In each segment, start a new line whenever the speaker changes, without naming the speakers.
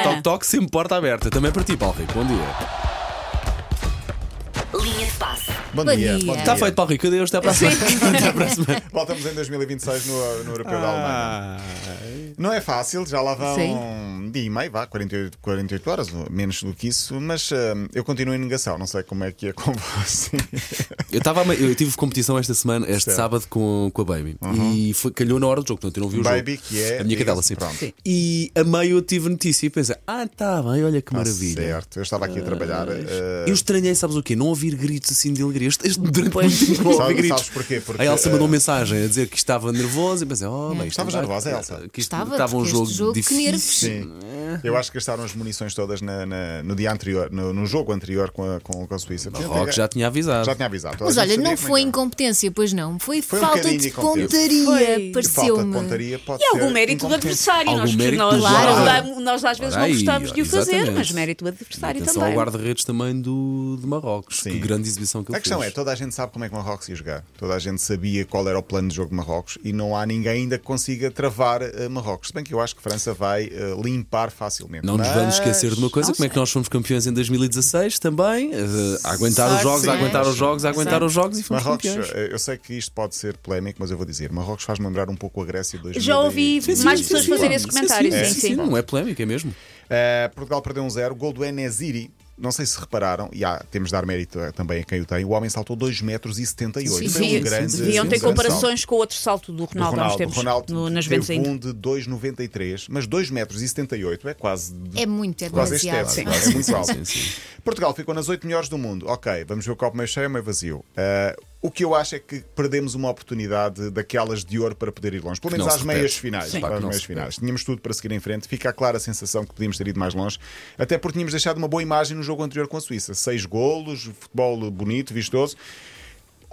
TikTok sempre porta aberta. Também para ti, Paulo Rico. Bom dia.
Linha de passe.
Bom,
Bom
dia.
dia.
bom dia.
Tá
Está feito, Paulo Rico. Adeus, até para a semana. Até à próxima.
Voltamos em 2026 no, no Europeu da
Ah,
Alemanha. Não é fácil, já lá vão
Sim.
dia e meio, vá, 48, 48 horas, menos do que isso, mas hum, eu continuo em negação, não sei como é que é com vocês.
eu, estava a me- eu tive competição esta semana, este
Certo. Uhum.
sábado, com, com a Baby. E foi- calhou na hora do jogo, portanto eu não vi o
Baby,
jogo.
que é-
a minha cadela,
diga-se,
sim.
pronto. Sim.
E a meio eu tive notícia e pensei, ah, tá bem, olha que
Ah,
maravilha. Ah,
Certo, eu estava aqui a trabalhar. eh,
Eu estranhei, sabes o quê? Não ouvir gritos assim de alegria. Este, este- durante
Pois.
muito tempo não ouvi
Sabe-
gritos.
sabes porquê? Porque,
a Elsa mandou
eh,
mensagem a dizer que estava nervosa e pensei, oh, bem, isto
Estavas
não dá-
nervosa, Elsa?
Que isto,
É. Estava,
estava um
porque
jogo,
este jogo, que
difícil.
nervos.
Sim.
Ah.
Eu acho que gastaram as munições todas na- na- no dia anterior, no, no jogo anterior com a, com, com a Suíça. Portanto,
Rock já tinha avisado.
já tinha avisado. Toda a
Mas
gente
olha,
sabia
não
como é
foi
que era.
incompetência, pois não. Foi,
Foi um
falta
bocadinho
de
incompetência.
pontaria,
Foi.
Falta de
pareceu-me.
pontaria pode
E algum
ser
mérito do
incompetência.
adversário,
Algum
nós, que
mérito
nós,
do
nós,
adversário.
dá- nós às vezes
Ora
não
aí,
gostamos de o fazer,
exatamente.
mas mérito do adversário
Atenção
também.
ao guarda-redes também do, de Marrocos.
Sim.
Que grande exibição que ele
A questão é,
fez.
toda a gente sabe como é que Marrocos ia jogar. Toda a gente sabia qual era o plano de jogo de Marrocos e não há ninguém ainda que consiga travar eh, Marrocos. Se bem que eu acho que França vai eh, limpar facilmente.
Não nos
Mas-
vamos esquecer de uma coisa,
não
como é que nós fomos campeões em 2016 também, eh, a aguentar os
Sim.
jogos, a aguentar os
Sim.
jogos, a aguentar os jogos e fomos
Marrocos,
campeões.
eh, eu sei que isto pode ser polémico, mas eu vou dizer, Marrocos faz-me lembrar um pouco a Grécia de 2000
Já ouvi
e-
mais
sim,
pessoas
sim,
fazerem
sim,
esse comentário,
sim,
sim,
sim,
sim.
sim, Não é polémica, é mesmo.
Uh, Portugal perdeu um zero, gol do Enesiri. Não sei se repararam, e há, temos de dar mérito uh, também a quem o tem. O homem saltou 2,78 metros. e 78.
Sim,
Foi
sim,
um grande. um
Deviam ter
grande salto.
comparações com o outro salto do
Do
Ronaldo, há uns
Ronaldo,
tempos,
Ronaldo
no- nas vezes
teve
ainda.
um de 2,93, mas 2,78 metros e 78 é quase.
É muito, é
Quase este
demasiado.
é, é muito alto.
Sim, sim.
Portugal ficou nas 8 melhores do mundo. Ok, vamos ver o copo meio cheio ou meio vazio. Uh, o que eu acho é que perdemos uma oportunidade daquelas de ouro para poder ir longe. Pelo menos
não
às
se
meias
repete.
finais.
Sim. Pá, que
Às
não
meias
se repete.
finais. Tínhamos tudo para seguir em frente. Fica a clara a sensação que podíamos ter ido mais longe. Até porque tínhamos deixado uma boa imagem no jogo anterior com a Suíça. Seis golos, futebol bonito, vistoso.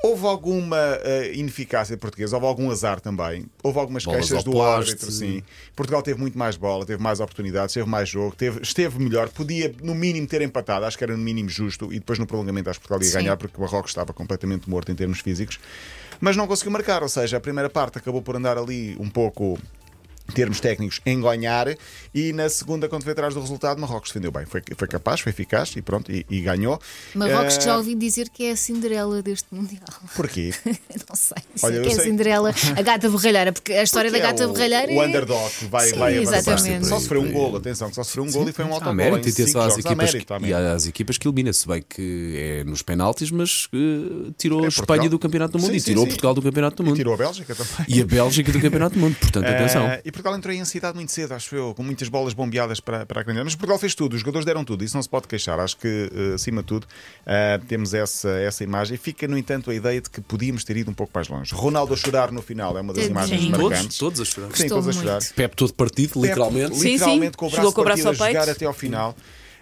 Houve alguma eh, ineficácia portuguesa, houve algum azar também, houve algumas
Bolas
queixas
ao
do
poste.
árbitro, sim. Portugal teve muito mais bola, teve mais oportunidades, teve mais jogo, teve, esteve melhor, podia no mínimo ter empatado, acho que era no mínimo justo, e depois no prolongamento acho que Portugal ia
Sim.
ganhar porque o Marrocos estava completamente morto em termos físicos, mas não conseguiu marcar, ou seja, a primeira parte acabou por andar ali um pouco. em Termos técnicos, enganhar e na segunda, quando foi atrás do resultado, Marrocos defendeu bem. Foi, foi capaz, foi eficaz e pronto, e, e ganhou.
Marrocos
Eh,
já ouvi dizer que é a Cinderela deste Mundial.
Porquê?
Não sei.
Olha,
sei
eu
que é a
sei-
Cinderela, a gata borralheira, porque a história
Porque
da gata
é o,
borralheira
O
é-
underdog que vai,
Sim,
vai avançar.
exatamente.
Só sofreu um golo, atenção, que só sofreu um golo e foi um
Há
autogol.
mérito
em
e atenção
cinco
às
jogos. Há
equipas,
mérito, há
que, e
mérito.
às equipas que elimina, se bem que é nos penaltis, mas eh, tirou
É
a Espanha
Portugal.
do Campeonato do Mundo
Sim,
e
sim,
tirou
sim.
Portugal do Campeonato do Mundo.
Tirou a Bélgica também.
E a Bélgica do Campeonato do Mundo, portanto, atenção.
Eh, e Portugal entrou em ansiedade muito cedo, acho eu, com muitas bolas bombeadas para, para a grande área. Mas Portugal fez tudo, os jogadores deram tudo, isso não se pode queixar. Acho que, eh, acima de tudo, eh, temos essa, essa imagem. Fica, no entanto, a ideia de que podíamos ter ido um pouco mais longe. Ronaldo a chorar no final é uma das
Sim.
imagens
Todos,
Todos,
marcantes.
todos a chorar.
Sim,
Gostou
todos a
muito.
chorar.
Pepe todo partido, literalmente.
Pep, literalmente
Sim,
com o braço,
sim. Chegou com o braço
partido
ao
a jogar
peito.
até ao final.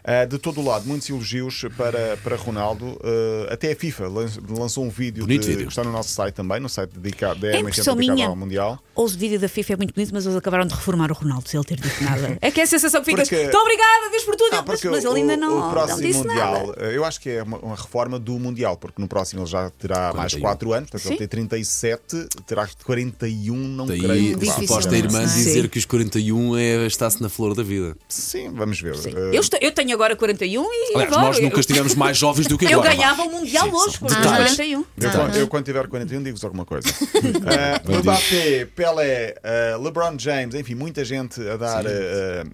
Ah, de todo o lado, muitos elogios para, para Ronaldo. Ah, até a FIFA lan- lançou um vídeo,
Bonito
de-
vídeo.
que está no nosso site também, no site dedicado, da
É
Hermes,
impressão
dedicado
minha.
ao Mundial.
Ou o vídeo da FIFA é muito bonito, mas eles acabaram de reformar o Ronaldo sem ele ter dito nada. É que é a sensação que ficas.
Porque-
Muito obrigada, Deus por tudo.
Ah,
mas,
porque
mas
o-
ele ainda não,
o
não
próximo
disse nada.
Mundial, eh, eu acho que é uma, uma reforma do Mundial, porque no próximo ele já terá mais
41.
4 anos, portanto ele
Sim.
tem 37, terá 41, não
Daí
creio. que
a
vá.
Difícil,
suposta irmã
não sei.
dizer que os 41 é, está-se na flor da vida.
Sim, vamos ver.
Sim.
Eh,
Eu, estou- eu tenho agora 41 e
Aliás,
adoro.
nós nunca
Eu-
estivemos mais jovens do que
Eu
agora.
ganhava
um
o Mundial hoje, com os meus
detalhes.
41.
Eu, quando- eu, quando tiver 41 digo-vos alguma coisa. Uh,
Bom
Mbappé, Pelé, uh, LeBron James, enfim, muita gente a dar uh, uh,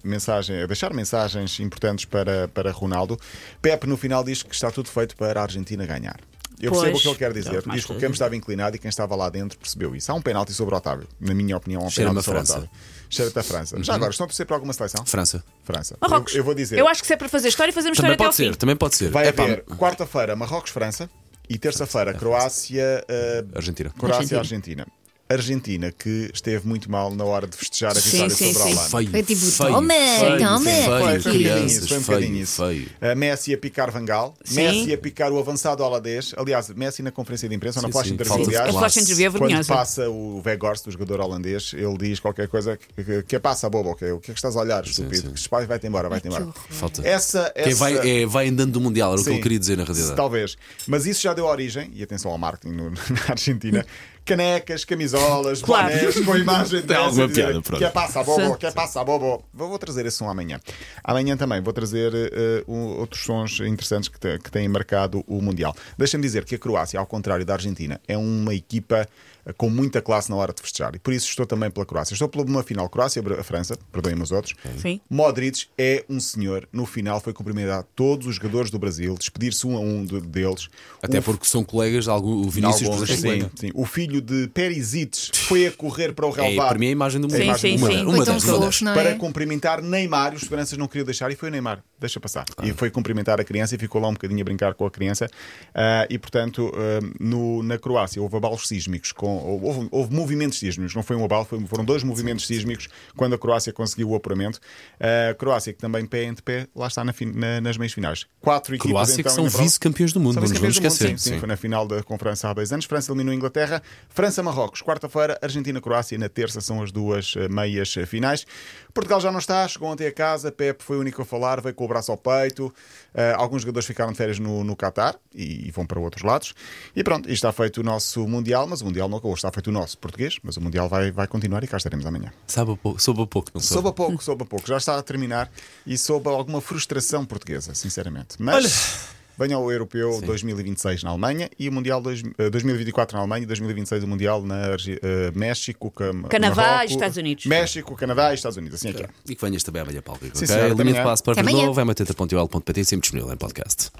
mensagem, a deixar mensagens importantes para, para Ronaldo. Pepe no final diz que está tudo feito para a Argentina ganhar. Eu
Pois.
percebo o que ele quer dizer.
Não, mais
Diz que o
coisa.
campo estava inclinado e quem estava lá dentro percebeu isso. Há um penalti sobre o Otávio. Na minha opinião, há um
Cheira-me
penalti sobre
a
o
França. Uhum.
Otávio. Cheira-te a França. Já agora, estão a torcer para alguma seleção?
França.
França. Eu,
Marrocos.
eu vou dizer.
Eu acho que se é para fazer história, fazemos
Também
história até ao
pode
fim.
ser, também pode ser. É
Vai
Epá,
haver quarta-feira Marrocos-França e terça-feira Croácia. uh,
Argentina.
Croácia e Argentina. Argentina que esteve muito mal na hora de festejar a vitória
sim,
sobre a
sim.
Holanda.
Feio,
Foi tipo,
feio,
toma,
feio,
toma,
feio,
Foi, foi um bocadinho
crianças,
isso, foi um
feio,
bocadinho isso.
feio.
Uh, Messi a picar Vangal,
Sim.
Messi a picar o avançado holandês. Aliás, Messi na conferência de imprensa, ou na
Sim,
flash
sim,
interview,
falta de
aliás,
A flash interview é
quando
vergonhosa.
passa o Weghorst, o jogador holandês, ele diz qualquer coisa que, que, que passa a boba, ok? O que é que estás a olhar,
sim.
estúpido? Que se vai- Vai-te embora, vai-te embora.
Falta.
Essa, essa...
Quem vai, é, vai andando do Mundial, era o que
Sim.
eu queria dizer na realidade.
Talvez. Mas isso já deu origem, e atenção ao marketing no- na Argentina, canecas, camisolas,
Claro.
bonés, com a imagem
Tem alguma piada, pronto.
Que é passa a bobo,
Sim.
que é passa a bobo. Vou, vou trazer esse som amanhã. Amanhã também vou trazer eh, o- outros sons interessantes que, te- que têm marcado o Mundial. Deixa-me dizer que a Croácia, ao contrário da Argentina, é uma equipa eh, com muita classe na hora de festejar e por isso estou também pela Croácia. Estou por uma final Croácia-França, perdoem-me os outros.
Sim.
Modric é um senhor. No final foi cumprimentar todos os jogadores do Brasil, despedir-se um a um de- deles.
Até
O
porque são colegas de algum. O Vinícius, por
Alguns,
exemplo,
sim, sim. O filho de Perisic foi a correr para o
é,
relvado
para mim é a imagem do mundo.
Sim,
Uma
sim,
das,
sim.
uma
Foi tão
das, uma das.
fofo, não
para
é?
cumprimentar Neymar. Os seguranças não queriam deixar e foi o Neymar. Deixa passar. E foi cumprimentar a criança e ficou lá um bocadinho a brincar com a criança. Ah, e, portanto, ah, no- na Croácia houve abalos sísmicos, com, houve, houve movimentos sísmicos, não foi um abalo, foi- foram dois movimentos sísmicos quando a Croácia conseguiu o apuramento. Ah, a Croácia, que também pé entre pé, lá está na fin- na- nas meias finais. Quatro equipas
Croácia, que
então,
são
na prova.
vice-campeões do mundo,
São
não nos vamos
vice-campeões do mundo,
esquecer.
sim, sim,
Sim.
foi na final da Conferência há dois anos. França eliminou a Inglaterra. França-Marrocos, quarta-feira. Argentina-Croácia, na terça são as duas eh, meias eh, finais. Portugal já não está, chegou ontem a casa. Pepe foi o único a falar, veio com o braço ao peito. Eh, alguns jogadores ficaram de férias no, no Qatar e, e vão para outros lados. E pronto, e está feito o nosso Mundial, mas o Mundial não acabou. Está feito o nosso português, mas o Mundial vai, vai continuar e cá estaremos amanhã.
Sabe a pouco, soube a pouco, não soube?
Soube a pouco, soube a pouco. Já está a terminar e soube alguma frustração portuguesa, sinceramente. Mas venha ao Europeu 2026 na Alemanha e o Mundial dois- eh, 2024 na Alemanha e 2026 o Mundial na Arge- eh, México, Cam-
Canadá e
Marrocos-
Estados Unidos.
México, Canadá e Estados Unidos. Assim é que é.
E que venhas também amanhã, Paulo Rico.
Sim,
ok?
senhora, até
Linha de
amanhã.
passo para é
Até
Verdão,
amanhã.
vai mateta.ol.pt, sempre disponível em podcast.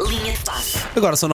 Linha de passe.
Agora são